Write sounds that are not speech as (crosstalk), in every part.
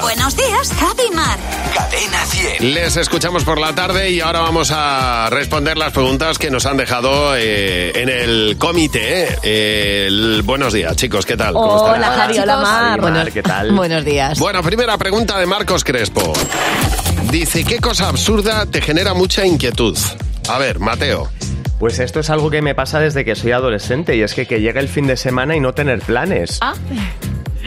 Buenos días, Javi y Mar. Cadena 100. Les escuchamos por la tarde y ahora vamos a responder las preguntas que nos han dejado eh, en el comité. Eh, el- buenos días, chicos, ¿qué tal? ¿Cómo Hola, estáis? Javi, hola, Mar. Mar, Buenos- ¿qué tal? Buenos días. Bueno, primera pregunta de Marcos Crespo. Dice, ¿qué cosa absurda te genera mucha inquietud? A ver, Mateo. Pues esto es algo que me pasa desde que soy adolescente y es que que llega el fin de semana y no tener planes. Ah.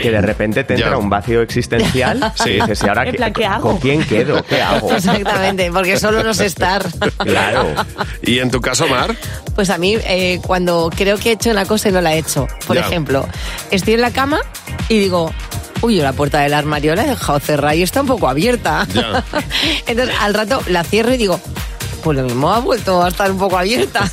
Que de repente te entra un vacío existencial Sí. y dices, ¿y ahora En plan, ¿qué hago? Pues- ¿Con quién quedo? (laughs) ¿Qué hago? (laughs) Exactamente, porque solo no sé estar. Claro. (laughs) ¿Y en tu caso, Mar? Pues a mí, eh, cuando creo que he hecho una cosa y no la he hecho, por Ya. ejemplo, estoy en la cama y digo, uy, yo la puerta del armario la he dejado cerrada y está un poco abierta. Ya. (laughs) Entonces, al rato la cierro y digo, pues lo mismo ha vuelto a estar un poco (laughs) abierta.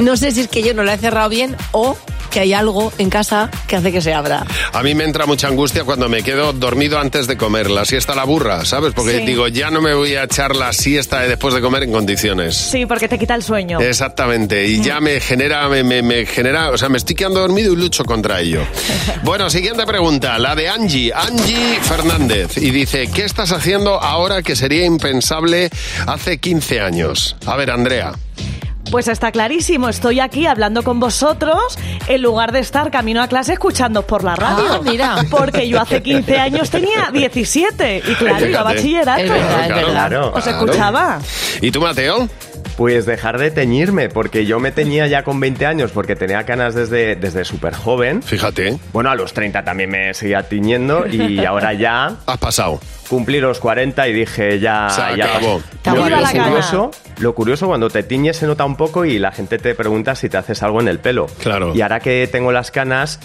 no sé si es que yo no la he cerrado bien o que hay algo en casa que hace que se abra. A mí me entra mucha angustia cuando me quedo dormido antes de comer, la siesta la burra, ¿sabes? Porque Sí. digo, ya no me voy a echar la siesta de después de comer en condiciones. Sí, porque te quita el sueño. Exactamente, y ya me genera, me, me- me genera, o sea, me estoy quedando dormido y lucho contra (laughs) ello. Bueno, siguiente pregunta, la de Angie, Angie Fernández, y dice, ¿qué estás haciendo ahora que sería impensable hace 15 años? A ver, Andrea. Pues está clarísimo, estoy aquí hablando con vosotros en lugar de estar camino a clase escuchándoos por la radio. Ah, mira. Porque yo hace 15 años tenía 17 y claro, iba a Fíjate. bachillerato. Es verdad, Claro, es verdad. claro. Os Claro. escuchaba. ¿Y tú, Mateo? Pues dejar de teñirme, porque yo me teñía ya con 20 años, porque tenía canas desde, desde súper joven. Fíjate, Bueno, a los 30 también me seguía tiñendo y ahora ya has pasado. cumplí los 40 y dije ya... Se ya acabó. Lo, Te aburra lo la gana. curioso, lo curioso, cuando te tiñes se nota un poco y la gente te pregunta si te haces algo en el pelo. Claro. Y ahora que tengo las canas...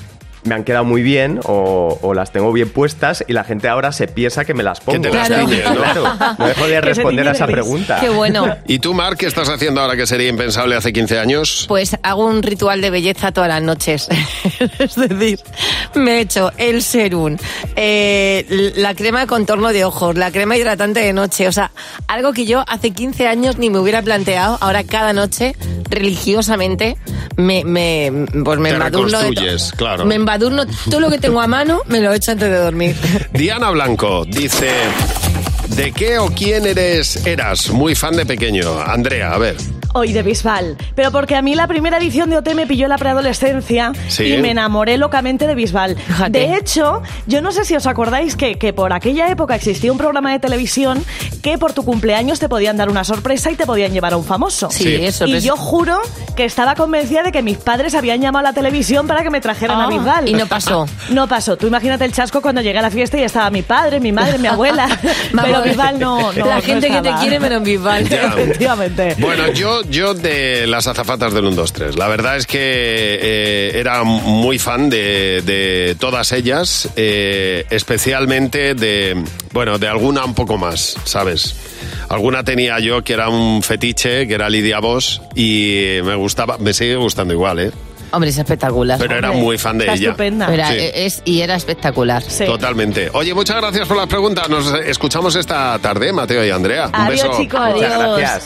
Me han quedado muy bien o, o las tengo bien puestas y la gente ahora se piensa que me las pongo. te las Claro. tiñes, ¿no? Claro, no dejo de Que se responder a esa tiñe de gris. pregunta. Qué bueno. ¿Y tú, Mar, qué estás haciendo ahora que sería impensable hace 15 años? Pues hago un ritual de belleza todas las noches. (laughs) es decir, me echo el serum, eh, la crema de contorno de ojos, la crema hidratante de noche. O sea, algo que yo hace 15 años ni me hubiera planteado. Ahora cada noche, religiosamente, me, me, pues me Te embadurno. de to- reconstruyes, claro. Me embadurno todo lo que tengo a mano, me lo echo antes de (laughs) dormir. Diana Blanco dice... ¿De qué o quién eres, eras muy fan de pequeño? Andrea, a ver. Hoy de Bisbal. Pero porque a mí la primera edición de OT me pilló en la preadolescencia Sí. y me enamoré locamente de Bisbal. Fíjate. De hecho, yo no sé si os acordáis que, que por aquella época existía un programa de televisión que por tu cumpleaños te podían dar una sorpresa y te podían llevar a un famoso. Sí, Sí. eso. Y pues- yo juro que estaba convencida de que mis padres habían llamado a la televisión para que me trajeran a Ah, Bisbal. y no pasó. No pasó. Tú imagínate el chasco cuando llegué a la fiesta y estaba mi padre, mi madre, (laughs) mi abuela. pero Vamos, Bisbal no. no la no gente que te estaba. quiere menos Bisbal. Ya. Efectivamente. Bueno, yo, yo de las azafatas del 1-2-3. La verdad es que eh, era muy fan de, de todas ellas, eh, especialmente de, bueno, de alguna un poco más, ¿sabes? Alguna tenía yo que era un fetiche, que era Lidia Vos, y me gustaba, me sigue gustando igual, ¿eh? Hombre, es espectacular. Pero era muy fan de Está ella. estupenda. Era- Sí. es, y era espectacular. Sí. Totalmente. Oye, muchas gracias por las preguntas. Nos escuchamos esta tarde, Mateo y Andrea. Un Adiós, beso. chicos. Muchas Adiós. gracias.